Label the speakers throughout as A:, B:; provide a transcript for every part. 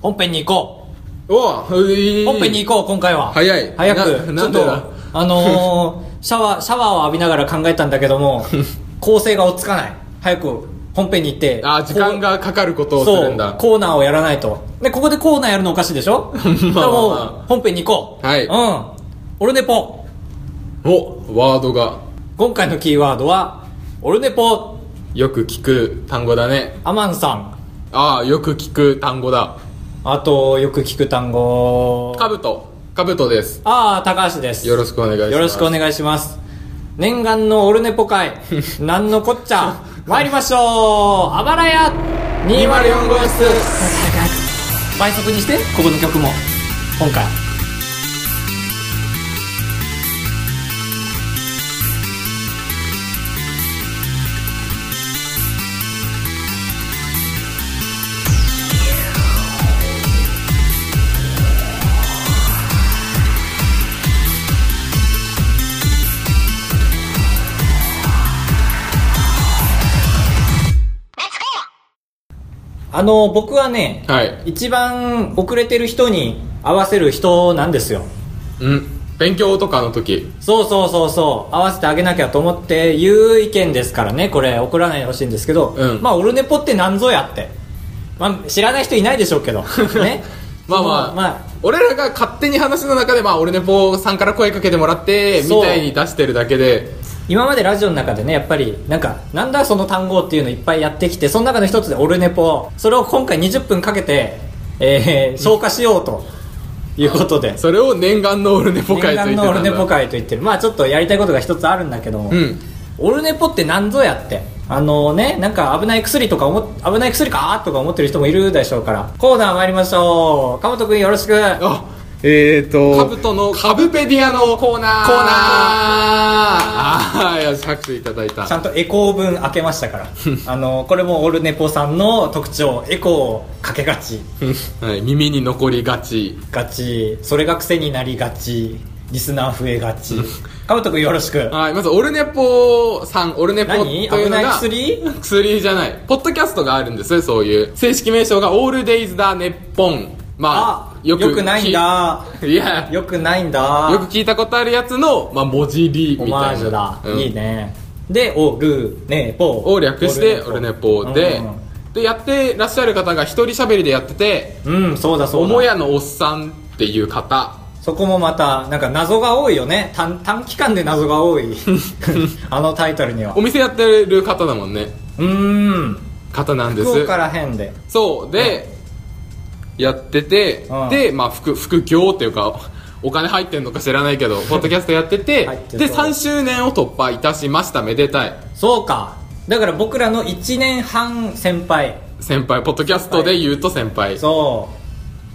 A: 本編に行こ
B: おう
A: う
B: い
A: 本編に行こう今回は
B: 早い
A: 早く
B: な
A: ちょ
B: な
A: っ
B: んでだ
A: とあの ーシャワーシャワーを浴びながら考えたんだけども構成が落ち着かない早く本編に行って
B: あ時間がかかることをす
A: そ
B: る
A: うん
B: だ
A: コーナーをやらないとでここでコーナーやるのおかしいでしょだからもう
B: まあま
A: 本編に行こう
B: はい
A: うんオルネポ
B: おワードが
A: 今回のキーワードはオルネポ
B: よく聞く単語だね
A: アマンさん
B: ああよく聞く単語だ
A: あとよく聞く単語
B: かぶとかぶとです
A: ああ高橋です
B: よろしくお願いします
A: よろしくお願いします念願のオルネポ 会なんのこっちゃ参りましょうあばらや
B: 204号室
A: 倍速にしてここの曲も今回あの僕はね、
B: はい
A: 一番遅れてる人に合わせる人なんですよ
B: うん勉強とかの時
A: そうそうそうそう合わせてあげなきゃと思っていう意見ですからねこれ怒らないでほしいんですけど、
B: うん
A: まあオルネポって何ぞやって、まあ、知らない人いないでしょう けどね
B: まあまあ、
A: まあ
B: 俺らが勝手に話の中で、まあ、俺ねぽさんから声かけてもらってみ
A: そう
B: たいに出してるだけで
A: 今までラジオの中でねやっぱりなんかなんだその単語っていうのいっぱいやってきてその中の一つで「オルネポ」それを今回20分かけて、えー消化しようということで
B: それを念願の俺ねぽ会
A: 念願
B: と言って
A: のオ
B: た
A: ル
B: ん
A: ネポ
B: だ
A: 会と言ってるまあちょっとやりたいことが一つあるんだけども、
B: うん
A: オルネポって何ぞやってあのねなんか危ない薬とか思っ危ない薬かとか思ってる人もいるでしょうからコーナー参りましょうかもとくんよろしく
B: あ
C: えー
B: カ
C: と
B: ブトのカブペディアのコ
A: コー
B: ーナー
A: ナー
B: ああよし拍手いただいた
A: ちゃんとエコー分開けましたからあのこれもオルネポさんの特徴エコーをかけがち
B: はい、耳に残りがち
A: がちそれが癖になりがちリスナー増えがちかもとくんよろしく
B: はい、まず、オルネポさん、オルネポと
A: 何
B: いう
A: 危
B: の
A: ない
B: が、
A: 薬
B: 薬じゃない。ポッドキャストがあるんですよ、そういう。正式名称が、オールデイズだ、ネッポン。ま
A: あ
B: あ、
A: よくないんだ
B: き。いや、
A: よくないんだ
B: よく聞いたことあるやつの、まあ、文字りみた
A: オ
B: いな。
A: マージュだ、
B: うん
A: いいねでオルネポ
B: を略して、オルネポで、で、やってらっしゃる方が一人喋りでやってて、
A: うん、うんそうだそうだ
B: 母屋のおっさんっていう方。
A: そこもまたなんか謎が多いよね短短期間で謎が多 いあのタイトルには
B: お店やってる方だもんね。
A: うーん
B: 方なんです。
A: 福岡らへんで
B: そうで、やってて、
A: うん
B: で、まあ、副副業っていうかお金入ってんのか知らない けどポッドキャストやってて
A: 入ってそう
B: で3周年を突破いたしましためでたい
A: そうかだから僕らの1年半先輩
B: 先輩ポッドキャストで言うと先輩、っ
A: そ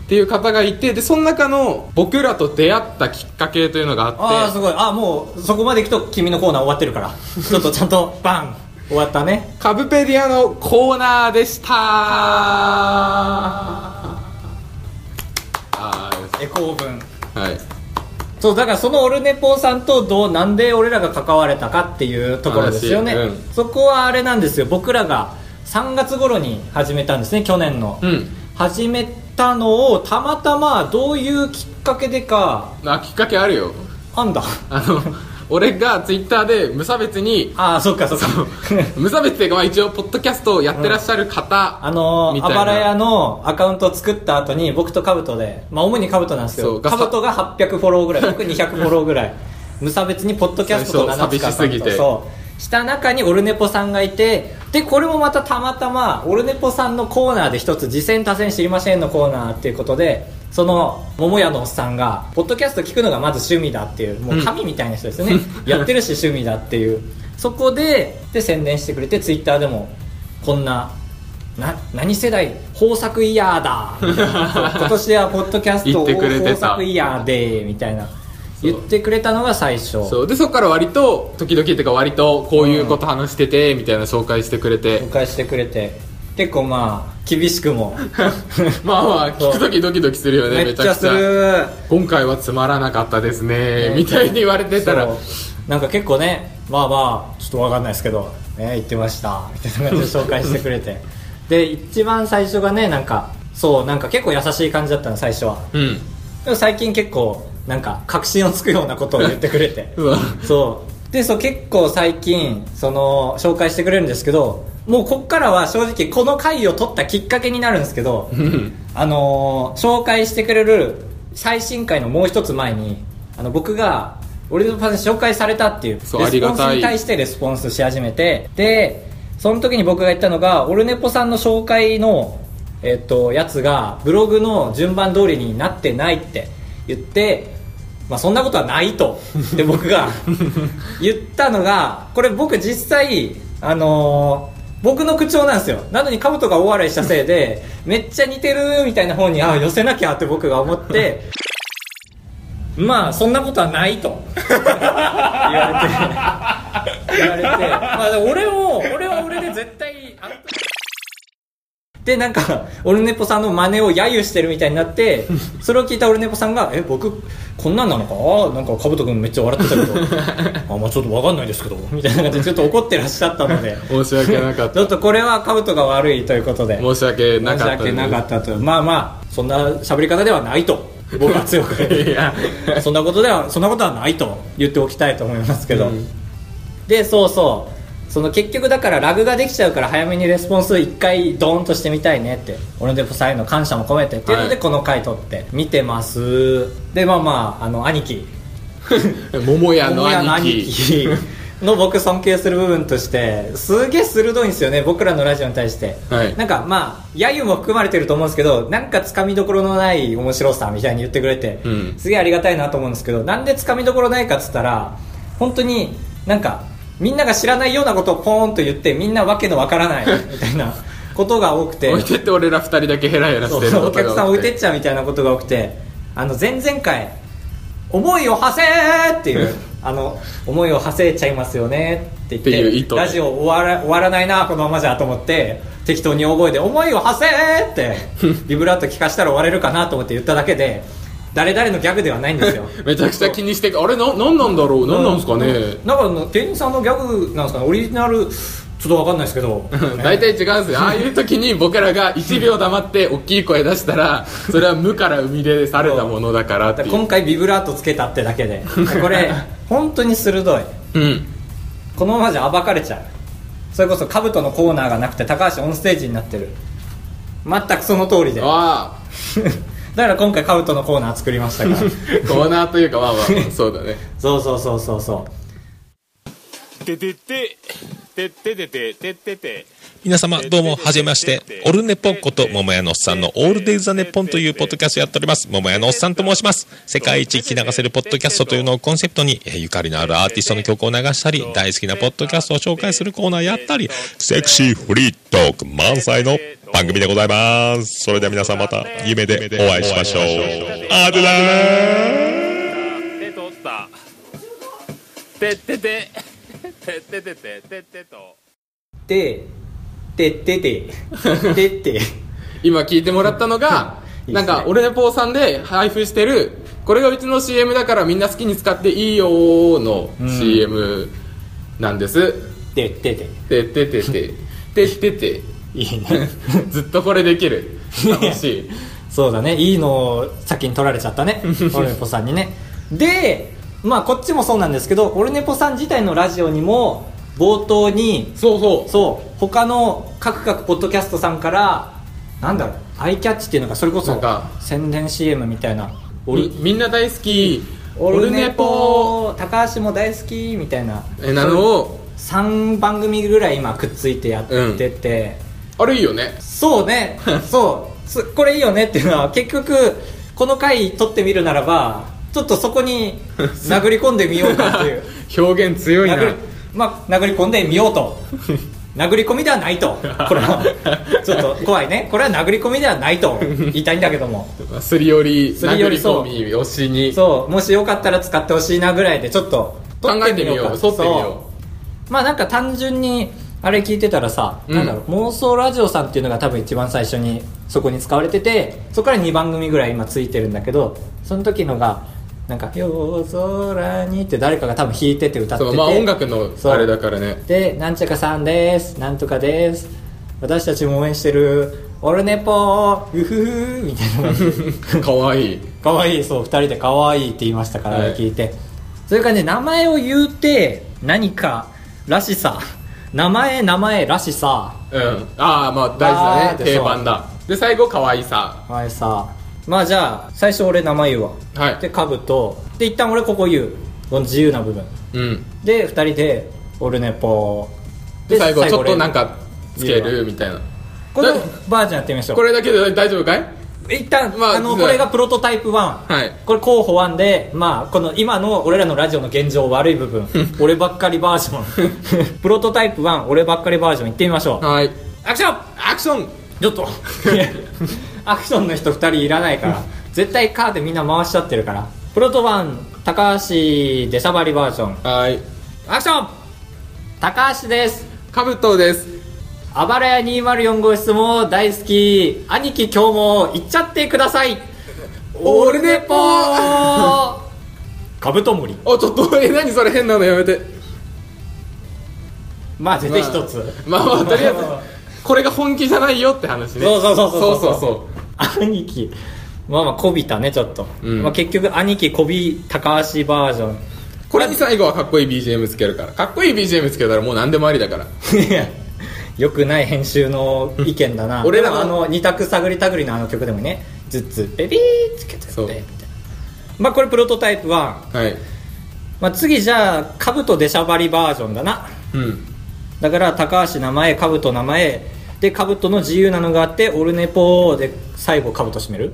B: ていう方がいてでその中の僕らと出会ったきっかけというのが
A: うあ
B: あ
A: あ
B: っ
A: す
B: て
A: ごいあもうそこまで来と君のコーナー終わってるからちょっとちゃんとバン終わったね
B: カブペディアのコーナーでしたあー
A: エコー文
B: はい
A: そうだからそのオルネポさんとどうなんで俺らが関われたかっていうところですよね、
B: 話うん
A: そこはあれなんですよ僕らが3月頃に始めたんですね去年の、
B: うん
A: 始めたのをたまたまどういうきっかけでか
B: あきっかけあるよ
A: あ んだ
B: あの俺がツイッターで無差別に
A: ああそっかそっか
B: 無差別っていうか、まあ、一応ポッドキャストをやってらっしゃる方、
A: あの
B: み
A: ー、
B: たい
A: あ
B: な
A: ばら屋のアカウントを作った後に僕とカブトで、まあ、主にカブトなんですけ
B: そ
A: ど
B: うが
A: カブトが800フォローぐらい僕200フォローぐらい無差別にポッドキャストと
B: 最
A: 7
B: 初
A: つか
B: 寂しすぎて
A: そうした中にオルネポさんがいてでこれもまたたまたまオルネポさんのコーナーで一つ「次戦多戦知りません」のコーナーっていうことでその桃屋のおっさんがポッドキャスト聞くのがまず趣味だっていうもう神みたいな人ですよ ね、やってるし趣味だっていうそこでで宣伝してくれてツイッターでもこんなな何世代豊作イヤーだみたい な今年はポッドキャスト
B: 言
A: を
B: ってくれてた
A: 豊作イヤーでみたいな
B: う
A: 言ってくれたのが最初
B: そうでそこから割と時々っていうか割とこういうこと話してて、みたいな紹介してくれて
A: お返してくれて結構まあ厳しくも
B: まあまあ聞く時ドキドキするよね
A: め
B: め
A: っ
B: ち
A: ちゃ
B: ゃく
A: す
B: ちゃ
A: る
B: 今回はつまらなかったですね
A: ね
B: みたいに言われてたら
A: そうなんか結構ねまあまあちょっとわかんないですけど、 ね、言ってましたみたいな感じで紹介してくれてで一番最初がねなんかそうなんか結構優しい感じだったの最初は
B: うん
A: でも最近結構なんか確信をつくようなことを言ってくれて
B: うわ
A: そうでそう結構最近その紹介してくれるんですけどもうこっからは正直この回を取ったきっかけになるんですけど
B: うん
A: あのー紹介してくれる最新回のもう一つ前にあの僕が俺のパス紹介されたっていうレス
B: そ
A: ポ
B: うありが
A: ンス
B: たい
A: に対してレスポンスし始めてでその時に僕が言ったのがオルネポさんの紹介の、えっと、やつがブログの順番通りになってないって言って、まあ、そんなことはないとで僕が言ったのがこれ僕実際あのー僕の口調なんですよなのにカブトが大笑いしたせいでめっちゃ似てるみたいな方にああ寄せなきゃって僕が思ってまあそんなことはないと言われて言われてまあでも俺も俺は俺で絶対あのでなんかオルネポさんの真似を揶揄してるみたいになってそれを聞いたオルネポさんが「え僕こんなんなのかあーなんかかぶと君めっちゃ笑ってたけどあまあちょっとわかんないですけど」みたいな感じでちょっと怒ってらっしゃったので
B: 申し訳なかっ
A: ち
B: た
A: ょっとこれはかぶとが悪いということで
B: 申し訳な
A: 申し
B: かった
A: 訳なかったとまあまあそんな喋り方ではないと 僕は強く
B: いや
A: そんなことではそんなことはないと言っておきたいと思いますけど、
B: うん
A: でそうそうその結局だからラグができちゃうから早めにレスポンス1回ドーンとしてみたいねって俺のデポさんへの感謝も込めてっていうの
B: は
A: で
B: い
A: この回撮って見てますでまあまああの兄貴
B: 桃屋の
A: 桃屋の
B: 兄
A: 兄
B: 貴
A: 貴の僕尊敬する部分としてすげえ鋭いんですよね僕らのラジオに対して、
B: はい
A: なんかまあ揶揄も含まれてると思うんですけどなんかつかみどころのない面白さみたいに言ってくれて、
B: うん
A: すげえありがたいなと思うんですけどなんでつかみどころないかっつったら本当になんかみんなが知らないようなことをポーンと言ってみんなわけのわからないみたいなことが多くて
B: 置いてって俺ら二人だけヘラヘラし
A: そ
B: て
A: う
B: る
A: お客さん置いてっ
B: ち
A: ちゃうみたいなことが多くてあの前々回「思いを馳せ!」っていうあの「思いを馳せちゃいますよね」って言って
B: っていう意図で
A: ラジオ終わら終わらないなこのままじゃと思って適当に大声で「思いを馳せ!」って ビブラート聞かしたら終われるかなと思って言っただけで誰々のギャグではないんですよ
B: めちゃくちゃ気にしてあれななんなんだろうなんなんですかね
A: なんかあの店員さんのギャグなんですかねオリジナルちょっとわかんないですけ ど
B: 大体違う んですよああいう時に僕らが1秒黙って大きい声出したらそれは無から生み出されたものだからって
A: だから
B: いう
A: 今回ビブラートつけたってだけでこれ本当に鋭い
B: うん
A: このままじゃ暴かれちゃうそれこそ兜のコーナーがなくて高橋オンステージになってる全くその通りでだか
B: ああ
A: ら今回兜のコーナー作りましたから
B: コーナーというかまあまあそうだね
A: そうそうそうそうそう
C: てててててててててて
D: 皆様どうもはじめましてオルネポこと桃屋のおっさんの「オールデイズ・ザ・ネッポン」というポッドキャストをやっております桃屋のおっさんと申します世界一聞き流せるポッドキャストというのをコンセプトにえーゆかりのあるアーティストの曲を流したり大好きなポッドキャストを紹介するコーナーやったりセクシーフリートーク満載の番組でございますそれでは皆さんまた夢でお会いしましょうあでだ
C: てとったてててててててててと
A: でででででで
B: 今聞いてもらったのが
A: いいで
B: な
A: す
B: ん
A: ね
B: か俺のポーさんで配布してるこれがうちの CM だからみんな好きに使っていいよーの CM なんです
A: ででで
B: てってってっててってって
A: いいね
B: ずっとこれできる楽しい
A: そうだねいいのを先に取られちゃったねオルネポさんにねでまあこっちもそうなんですけどオルネポさん自体のラジオにも冒頭に
B: そうそう
A: そう他の各各ポッドキャストさんからなんだろうアイキャッチっていうのがそれこ
B: な
A: そ
B: んか
A: 宣伝 CM みたいなオ
B: み
A: ル
B: みんな大好き
A: オルネ
B: ー
A: ポ高橋も大好きみたいな
B: えなのを
A: 3番組ぐらい今くっついてやってて、
B: あれいいよね
A: そう ねそうすこれいいよねっていうのは結局この回撮ってみるならばちょっとそこに殴り込んでみようかっ ていう
B: 表現強いな
A: 殴り,、まあ、殴り込んでみよう と殴り込みではないとこれはちょっと怖いねこれは殴り込みではないと言いたいんだけども
B: すり寄り
A: すり寄
B: 殴
A: り
B: り
A: そう
B: 込み押しに
A: そうもしよかったら使ってほしいなぐらいでちょっと
B: 考えてみよう撮ってみよ
A: ううまあなんか単純にあれ聞いてたらさ、
B: うん
A: なんだろう妄想ラジオさんっていうのが多分一番最初にそこに使われててそこから2番組ぐらい今ついてるんだけどその時のがなんか「夜空に」って誰かが多分弾いてて歌って
B: そう
A: て
B: まあ音楽の
A: そう
B: あれだからね
A: でなんちゃかさんですなんとかです私たちも応援してるオルネポーウフフみたいな感じ で
B: かわいい
A: 可愛いそう2人で可愛いって言いましたから、
B: はい
A: 聞いてそれからね名前を言うて何からしさ名前名前らしさ
B: うんああまあ大事だね
A: あー
B: 定番だで最後かわいさ
A: はいさまあじゃあ最初俺名前言うわ
B: はい
A: でかぶとで一旦俺ここ言うこの自由な部分
B: うん
A: で2人で「オルネポー」
B: で最後ちょっ
A: 俺
B: となんかつけるみたいな
A: このバージョンやってみましょう
B: これだけで大丈夫かい
A: 一旦、
B: まあ
A: あの
B: はい
A: これがプロトタイプ1、
B: はい
A: これ候補1で、まあ、この今の俺らのラジオの現状悪い部分俺ばっかりバージョ ンプロトタイプ1俺ばっかりバージョンいってみましょう
B: はい
A: アクション
B: アクション
A: ちょっ といやアクションの人2人いらないから絶対カーでみんな回しちゃってるからプロト1高橋出しゃばりバージョン
B: はい
A: アクション高橋です
B: カブトです
A: あばらや204号室も大好き兄貴今日も行っちゃってください
B: オールネポ
A: ーカブトモリ
B: おちょっと え何それ変なのやめて
A: まあ絶対一つ、
B: まあまあとりあえずこれが本気じゃないよって話ね
A: そうそうそう
B: そ
A: そうう
B: そう
A: 兄貴まあまあこびたねちょっと、
B: ん
A: まあ、結局兄貴こび高橋バージョ
B: これに最後はかっこいい BGM つけるからかっこいい BGM つけたらもう何でもありだから
A: ン いやよくない編集の意見だな
B: 俺らの
A: でもあの二択探り探りのあの曲でもね「ずっつベビーつけてって」
B: そう
A: みたいなまあこれプロトタイプ1
B: はい
A: まあ、次じゃあかぶと出しゃばりバージョンだな
B: うん
A: だから高橋名前かぶと名前でかぶとの自由なのがあってオルネポーで最後かぶと締める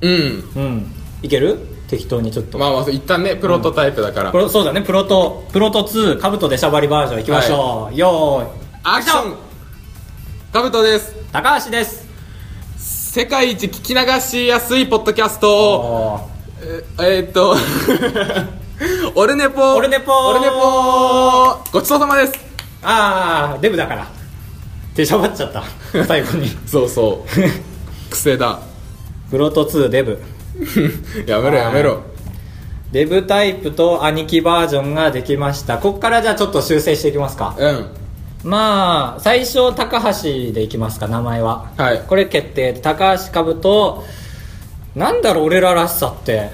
B: うん
A: うんいける適当にちょっと、
B: まあまあそう一旦ねプロトタイプだから、
A: プロそうだねプロトプロト2かぶと出しゃばりバージョンいきましょう、よーい
B: アクションカブトです
A: 高橋です
B: 世界一聞き流しやすいポッドキャスト
A: お
B: えーっと オルネポ
A: オルネポ
B: オルネポごちそうさまです
A: あーデブだから出しゃばっちゃ った最後に
B: そうそう癖だ
A: プロト2デブ
B: やめろやめろ
A: デブタイプと兄貴バージョンができましたこっからじゃあちょっと修正していきますか
B: うん
A: まあ最初高橋でいきますか名前は
B: はい
A: これ決定高橋かぶとなんだろう俺ららしさって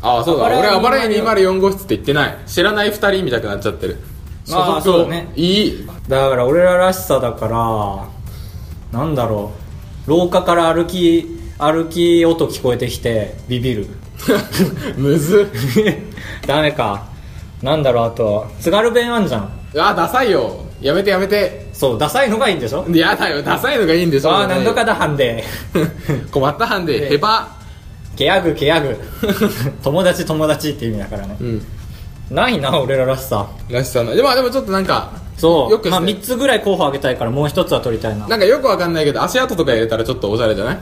B: ああそうだ
A: あばらや
B: 俺あばらや204号室って言ってない知らない2人みたくなっちゃってる
A: あー
B: 所属を
A: そうだね
B: いい
A: だから俺ららしさだからなんだろう廊下から歩き歩き音聞こえてきてビビる
B: むず
A: ダメかなんだろうあと津軽弁あんじゃん
B: っあーダサいよやめてやめて
A: そうダサいのがいいんでしょ
B: やだよダサいのがいいんでしょ
A: ああ何度かだ
B: だ
A: はんで
B: 困ったはんでヘバ
A: ケヤグケヤグ 友達友達って意味だからね
B: うん
A: ないな俺ららしさ
B: らしさのでもまあでもちょっとなんか
A: そう
B: よくして
A: まあ、3つぐらい候補あげたいからもう1つは取りたいなあ
B: なんかよくわかんないけど足跡とか入れたらちょっとおしゃれじゃない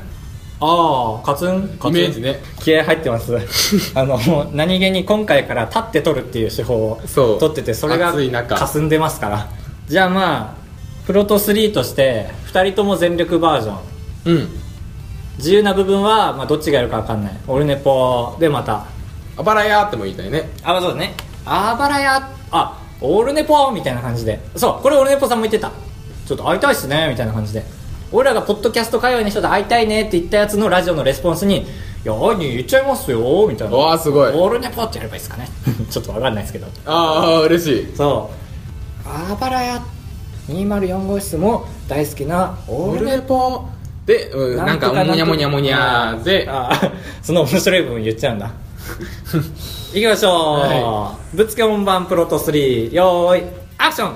A: あーカツンカツン
B: イメージね
A: 気合入ってます あのもう何気に今回から立って取るっていう手法を
B: そう
A: 取っててそれが
B: 暑い中
A: かすんでますからじゃあまあプロト3として2人とも全力バージョン
B: うん
A: 自由な部分は、まあ、どっちがやるか分かんないオルネポでまた
B: あばらやーっても言いたいね
A: あそうだねあばらやあオールネポみたいな感じでそうこれオールネポさんも言ってたちょっと会いたいっすねみたいな感じで俺らがポッドキャスト界隈の人で会いたいねって言ったやつのラジオのレスポンスに「いや会いに行っちゃいますよ」みたいな
B: わあすごい
A: オールネポってやればいいですかね ちょっと分かんないですけど
B: ああ嬉しい
A: そうあばらや204号室も大好きなオールネポ
B: ポで、うん、なんか
A: とと
B: もにゃもにゃもにゃーで
A: あーその面白い部分言っちゃ うんだいきましょう、
B: は
A: ぶっつけ本番プロト3よーいアクション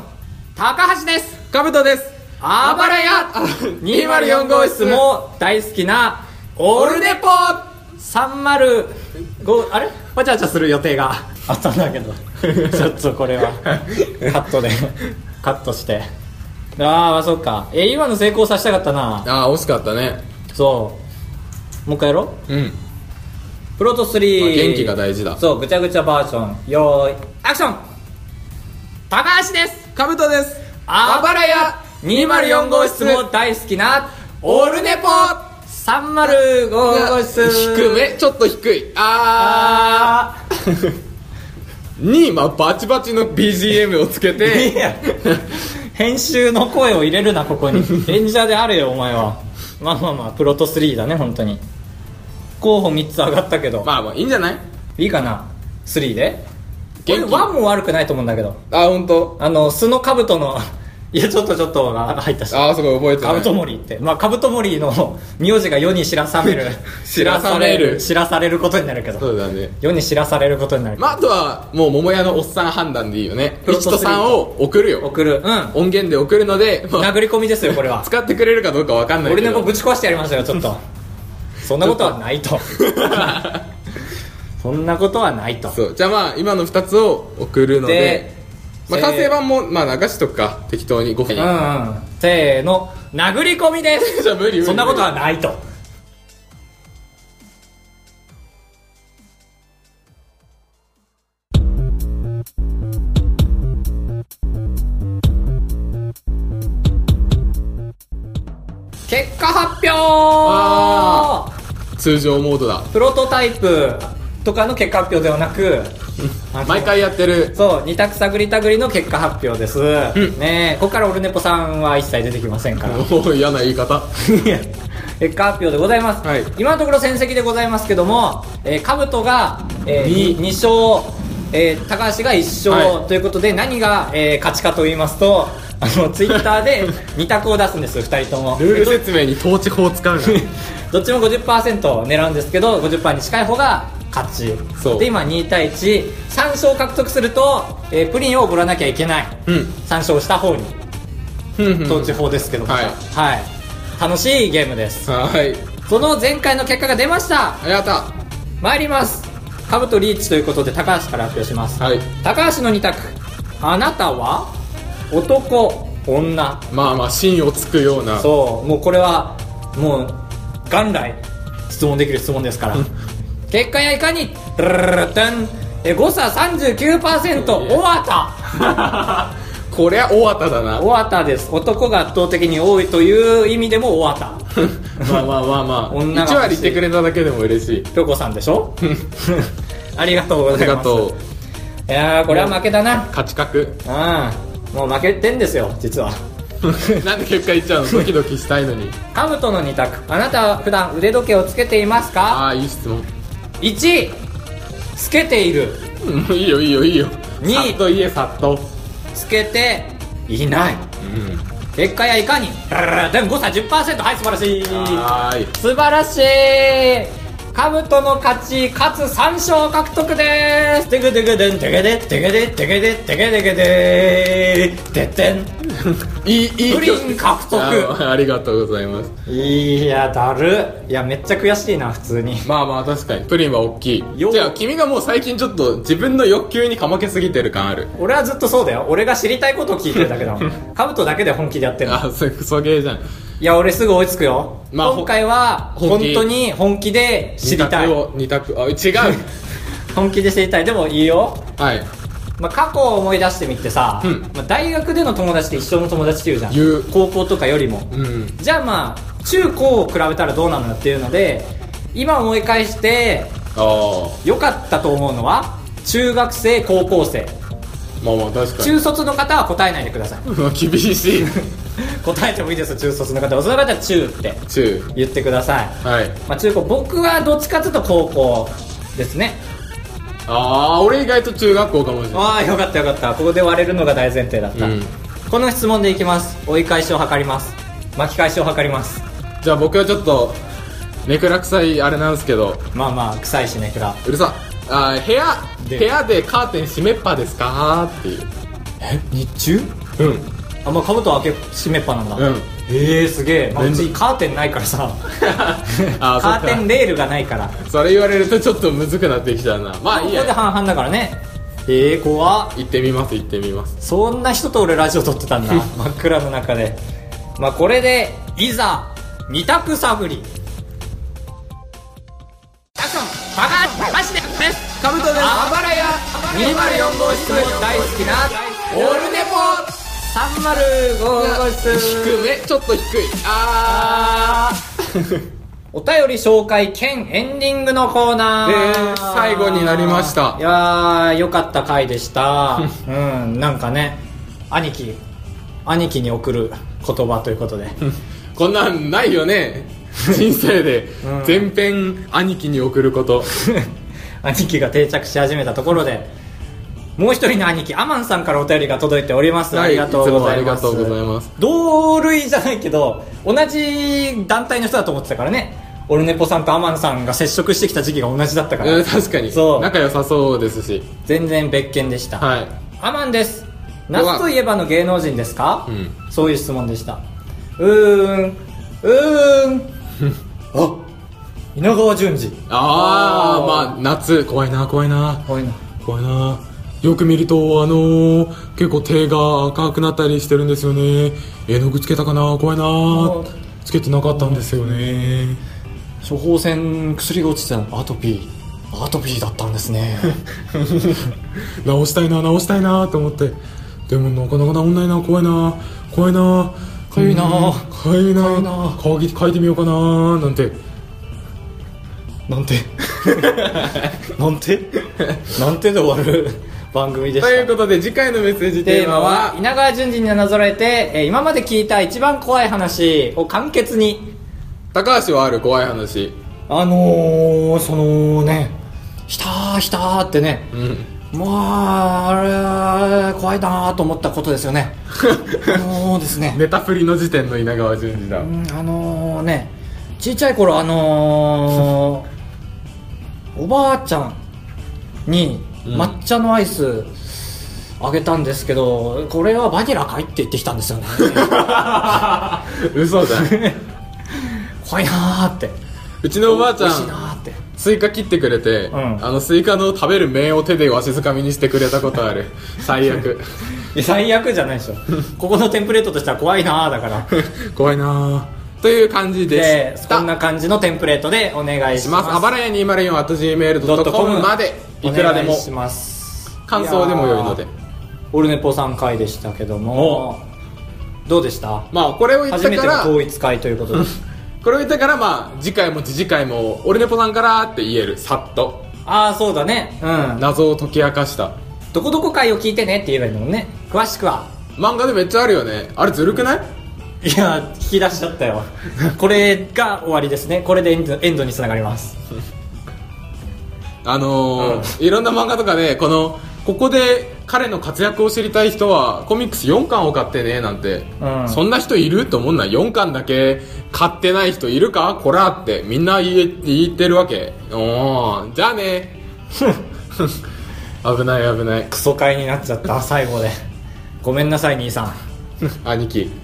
A: 高橋です
B: かぶとです
A: あばらや
B: あ
A: 204号室も大好きなオ
B: オ
A: ー
B: ル
A: ル
B: ネ
A: ネ
B: ポ
A: 305あれわちゃわちゃする予定があったんだけ どちょっとこれはカットでカットしてああそっかえ今の成功させたかったな
B: ああ惜しかったね
A: そうもう一回やろう
B: うん
A: プロト3、
B: まあ元気が大事だ
A: そうぐちゃぐちゃバージョンよーいアクション高橋です
B: かぶとです
A: あばらや204号室も大好きなオールネポ305号室
B: 低めちょっと低いあ
A: あ
B: ーにまあバチバチの BGM をつけ
A: ー
B: て
A: いや編集の声を入れるなここに演者であれよお前はまあまあまあプロト3だね本当に候補3つ上がったけど、
B: まあまあいいんじゃない
A: いいかな3でこれ
B: 元気
A: 1も悪くないと思うんだけど
B: あ本当。
A: あの素の兜の いやちょっとちょっとが入ったし
B: ああすごい覚えて
A: カ
B: な
A: ブ
B: い
A: トモリって、まあ、カブトモリの 名字が世に知らされる
B: 知らされる
A: 知らされることになるけど
B: そうだね
A: 世に知らされることになる
B: まああとはもう桃屋のおっさん判断でいいよね
A: プロ
B: 1
A: ト
B: と3を送るよ
A: 送るうん
B: 音源で送るので、まあ、
A: 殴り込みですよこれ は
B: 使ってくれるかどうかわかんない
A: 俺
B: けど
A: の子ぶち壊してやりましたよちょっ とそんなことはないとそんなことはないと
B: そうじゃあまあ今の2つを送るので
A: で
B: まあ、
A: せー
B: 完成版もまあ流しとくか適当に5分
A: うんうんせーの殴り込み です
B: じゃあ無理無理
A: そんなことはないと結果発
B: わ
A: 表
B: 通常モードだ
A: プロトタイプとかの結果発表ではなくあの
B: 毎回やってる
A: そう二択探り探りの結果発表です、
B: ん
A: ねえここからオルネポさんは一切出てきませんから
B: もう嫌な言い方
A: いや結果発表でございます、
B: はい
A: 今のところ戦績でございますけども、えー、兜が、え
B: に
A: 2, 勝、えー高橋が1勝、
B: はい
A: ということで何が、えー勝ちかと言いますとあのツイッター で2択を出すんです2人とも
B: ルール説明に統治法を使うな
A: どっちも50%を狙うんですけど50%に近い方が勝ち
B: そう
A: で今2対13勝獲得すると、えープリンをおごらなきゃいけない、
B: うん
A: 3勝した方に
B: うん
A: 統治法ですけども、
B: はい
A: はい、楽しいゲームです
B: はい
A: その前回の結果が出ました
B: あやった
A: 参ります株とリーチということで高橋から発表します、
B: はい
A: 高橋の2択あなたは男女
B: まあまあ芯をつくような
A: そうもうこれはもう元来質問できる質問ですから結果やいかにルルルルトンえ誤差39%尾形
B: こりゃ大当ただな
A: 尾形です男が圧倒的に多いという意味でも尾形
B: まあまあまあまあ
A: 女が欲しい
B: 1割いてくれただけでも嬉しい
A: ぴょこさんでしょありがとうご
B: あ
A: ざ
B: り
A: います
B: がとう
A: いやーこれは負けだな
B: 勝ち確
A: うんもう負けてんですよ実は
B: なんで結果言っちゃうのドキドキしたいのに
A: カブトの2択あなたは普段腕時計をつけていますか
B: ああいい質問
A: 1つけている
B: うんいいよいいよいいよ
A: に
B: さっと言えさっと
A: つけていない結果やいかにでも誤差10%はい素晴らしい
B: はーい
A: 素晴らしいカブトの勝ちかつ3勝獲得ですてけてけでんてけでてけでてけでてけでけでてってん
B: いいいい
A: プリン獲得
B: あありがとうございます
A: いやだるいやめっちゃ悔しいな普通に
B: まあまあ確かにプリンは大きい
A: よ
B: じゃあ君がもう最近ちょっと自分の欲求にかまけすぎてる感ある
A: 俺はずっとそうだよ俺が知りたいことを聞いてるだけだ もんカブトだけで本気でやってるの
B: あそれクソゲーじゃん
A: いや俺すぐ追いつくよ、
B: まあほ
A: 今回は本
B: 本気
A: 当に本気で知りたい
B: 二択を二択あ違う
A: 本気で知りたいでもいいよ、
B: はい
A: まあ、過去を思い出してみてさ、
B: うん
A: まあ、大学での友達って一生の友達っていうじゃん
B: 言う
A: 高校とかよりも、
B: うん
A: じゃあまあ中高を比べたらどうなのよっていうので今思い返して
B: あ
A: 良かったと思うのは中学生高校生
B: あまあまあ確かに
A: 中卒の方は答えないでください
B: うわ 厳しい
A: 答えてもいいですよ中卒の方はその方は中って
B: 中
A: 言ってください、
B: はい
A: まあ、中高僕はどっちかというと高校ですね
B: ああ俺意外と中学校かもしれない
A: ああよかったよかったここで割れるのが大前提だった、
B: うん
A: この質問でいきます追い返しを図ります巻き返しを図ります
B: じゃあ僕はちょっとネクラ臭いあれなんですけど
A: まあまあ臭いしねくら
B: うるさあー部屋
A: で
B: 部屋でカーテン閉めっぱですかっていう
A: 日中
B: うん
A: あまあかぶとは開け閉めっぱなんだ、
B: うん
A: ええすげえ、まあ、う
B: 全
A: ち
B: 然
A: カーテンないからさ
B: あー
A: カ
B: そっか
A: ーテンレールがないから
B: それ言われるとちょっとむずくなってきちゃうなまあ
A: こ
B: いい
A: こで
B: や
A: 半々だからねええー、怖っ
B: 行ってみます行ってみます
A: そんな人と俺ラジオ撮ってたん だ真っ暗の中でまあこれでいざ二択探りアクションバカマジでですカブトですあばらや204号室も大好きなオールネポ305号室
B: 低めちょっと低いあ
A: お便り紹介兼エンディングのコーナー、
B: ね最後になりました
A: いやーよかった回でした うんなんかね兄貴兄貴に送る言葉ということで
B: ーこんなんないよね人生で全編兄貴に送ること
A: 兄貴が定着し始めたところでもう一人の兄貴アマンさんからお便りが届いております、
B: は
A: あ
B: い
A: りがとうございます
B: いつもありがとうございます
A: 同類じゃないけど同じ団体の人だと思ってたからねオルネポさんとアマンさんが接触してきた時期が同じだったから、
B: うん確かに
A: そう
B: 仲良さそうですし
A: 全然別件でした、
B: はい
A: アマンです
B: わ
A: 夏といえばの芸能人ですか、
B: うん
A: そういう質問でしたうーんうーん
B: あ
A: 稲川淳二
B: あー
A: あー
B: まあ夏怖いな怖いな
A: こういうの
B: 怖いなよく見るとあのー、結構手が赤くなったりしてるんですよね絵の具つけたかな怖い
A: ー
B: なつけてなかったんですよね
A: 処方箋薬が落ちてたのアトピーアトピーだったんです ね
B: 直したいな直したいなと思ってでもなかなか治んないな怖いな怖いな
A: かゆいな
B: うんかゆいな
A: かゆいな
B: かぎ書いてみようかななんて
A: なんて なんてなんてで終わる番組でした
B: ということで次回のメッセージテ
A: テ
B: ー
A: ー
B: マ
A: マは
B: は
A: 稲川淳二になぞらえて、えー今まで聞いた一番怖い話を簡潔に
B: 高橋はある怖い話
A: あのー、そのねひたーひたーってね
B: うん
A: まああれ怖いなーと思ったことですよ ねあのーですね
B: ネタ振りの時点の稲川淳二
A: う
B: だ
A: んあのねちっちゃい頃あのーおばあちゃんに
B: うん
A: 抹茶のアイスあげたんですけど、これはバニラかいって言ってきたん ですよね
B: 嘘 だ
A: 怖いなーって
B: うちのおばあち
A: 美
B: ゃ
A: 味しいなんーって
B: スイカ切ってくれて、
A: ん
B: あのスイカの食べる面を手でわしづかみにしてくれたこ とある最悪
A: いや最悪じゃないでしょ ここのテンプレートとしては怖いなーだから
B: 怖いなという感じ
A: で
B: でした
A: こんな感じのテンプレーートでお願い
B: し
A: し
B: ま
A: ますす
B: あばらや 204.gmail.com までいくらで
A: お
B: も
A: 願いします
B: 感想でも良いので
A: やーオルネポさん回でしたけどもどうでした
B: まあこれを言っ
A: 初
B: た
A: め
B: か
A: ての
B: ら
A: 統一会ということで
B: これを言ったからまあ次回も次々回も「俺ネポさんから」って言えるさっと
A: ああそうだねうん
B: 謎を解き明かした
A: どこどこ会を聞いてねって言えばいいんだもんね詳しくは
B: 漫画でめっちゃあるよねあれずるくない
A: いやー聞き出しちゃった よこれが終わりですねこれでエンドエンドにつながります
B: あのーいろんな漫画とかでこのここで彼の活躍を知りたい人はコミックス4巻を買ってねなんて、
A: うん
B: そんな人いると思うんな4巻だけ買ってない人いるかこらってみんな言え言ってるわけおーじゃあ ね危ない危ない
A: クソ会になっちゃった最後でごめんなさい兄さん
B: 兄貴